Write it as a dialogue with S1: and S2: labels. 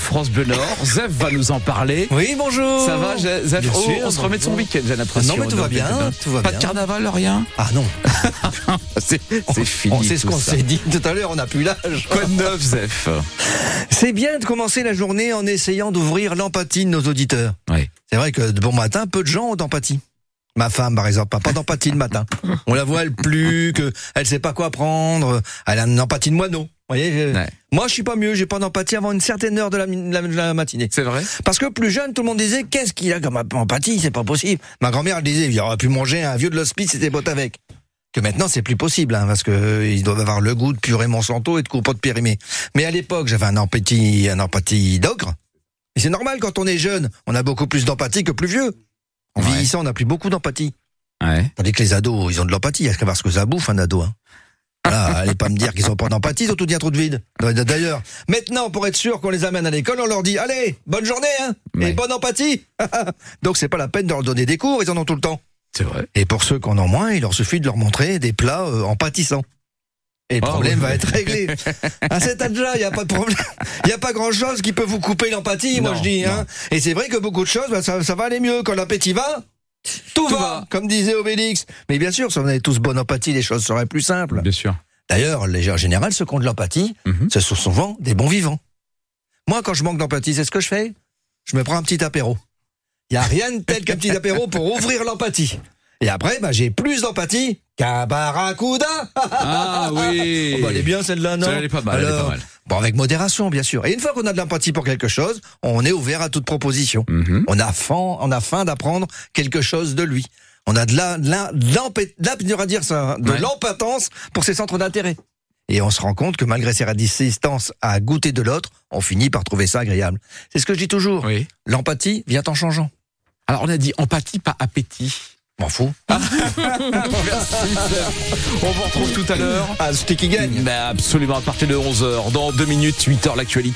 S1: France Bleu Nord, Zef va nous en parler.
S2: Oui, bonjour.
S1: Ça va, Je- Zef
S2: Bien
S1: Oh,
S2: sûr,
S1: On se remet de son
S2: bonjour.
S1: week-end, j'ai l'impression.
S2: Non, mais tout va bien,
S1: Donc,
S2: tout va
S1: Pas de
S2: bien.
S1: carnaval, rien.
S2: Ah non,
S1: Ah, C'est c'est
S2: On-
S1: fini.
S2: on- C'est ce
S1: tout
S2: qu'on
S1: ça.
S2: s'est dit tout à l'heure, on n'a plus l'âge.
S1: Quoi de neuf, Zef
S2: C'est bien de commencer la journée en essayant d'ouvrir l'empathie de nos auditeurs.
S1: Oui.
S2: C'est vrai que de bon matin, peu de gens ont d'empathie. Ma femme, par exemple, n'a pas d'empathie le matin. On la voit, elle plus, que elle sait pas quoi prendre. Elle a une empathie de moineau. Vous voyez, je-
S1: Ouais.
S2: moi, je suis pas mieux. J'ai pas d'empathie avant une certaine heure de la, mi- de la- de la matinée.
S1: C'est vrai
S2: Parce que plus jeune, tout le monde disait qu'est-ce qu'il a comme empathie C'est pas possible. Ma grand-mère elle disait il aurait pu manger un vieux de l'hospice et des bottes avec. Que maintenant c'est plus possible hein, parce que euh, ils doivent avoir le goût de purée Monsanto et de compote périmée. Mais à l'époque, j'avais un empathie, un empathie d'ogre. Et c'est normal quand on est jeune, on a beaucoup plus d'empathie que plus vieux. En
S1: Ouais.
S2: vieillissant, on n'a plus beaucoup d'empathie.
S1: Ouais.
S2: Tandis que les ados, ils ont de l'empathie. Il y a qu'à voir ce que ça bouffe, un ado. Hein. Voilà, allez pas me dire qu'ils ont pas d'empathie, ils ont tout dit à trou de vide. D'ailleurs, maintenant, pour être sûr qu'on les amène à l'école, on leur dit, allez, bonne journée, hein,
S1: Ouais.
S2: et bonne empathie. Donc c'est pas la peine de leur donner des cours, ils en ont tout le temps.
S1: C'est vrai.
S2: Et pour ceux qui en ont moins, il leur suffit de leur montrer des plats euh, en pâtissant. Et le
S1: Ah,
S2: problème
S1: oui.
S2: va être réglé. à cet âge-là, il n'y a pas de problème. Il n'y a pas grand-chose qui peut vous couper l'empathie, moi
S1: Non,
S2: je dis. Hein. Et c'est vrai que beaucoup de choses, bah, ça, ça va aller mieux. Quand l'appétit va,
S1: Tout
S2: tout, va,
S1: va.
S2: comme disait Obélix. Mais bien sûr, si on avait tous bonne empathie, les choses seraient plus simples.
S1: Bien sûr.
S2: D'ailleurs, les gens en général, ceux qui ont de l'empathie,
S1: Mhm.
S2: ce sont souvent des bons vivants. Moi, quand je manque d'empathie, c'est ce que je fais. Je me prends un petit apéro. Il n'y a rien de tel qu'un petit apéro pour ouvrir l'empathie. Et après, bah, j'ai plus d'empathie qu'un barracuda.
S1: Ah oui
S2: Oh, bah, elle est bien celle-là, non
S1: Celle-là, elle est pas mal, elle est pas mal.
S2: Bon, avec modération, bien sûr. Et une fois qu'on a de l'empathie pour quelque chose, on est ouvert à toute proposition.
S1: Mhm.
S2: On a faim, on a faim d'apprendre quelque chose de lui. On a de la, de la- de l'empê- de la- dur à dire ça, hein, de
S1: Ouais.
S2: l'empatance pour ses centres d'intérêt. Et on se rend compte que malgré ses résistances à goûter de l'autre, on finit par trouver ça agréable. C'est ce que je dis toujours.
S1: Oui.
S2: L'empathie vient en changeant.
S1: Alors, on a dit empathie, pas appétit.
S2: M'en fous.
S1: Oh, On vous retrouve tout à l'heure.
S2: Ah, sticky gang.
S1: Bah, absolument, à partir de 11h. Dans 2 minutes, 8h, l'actualité.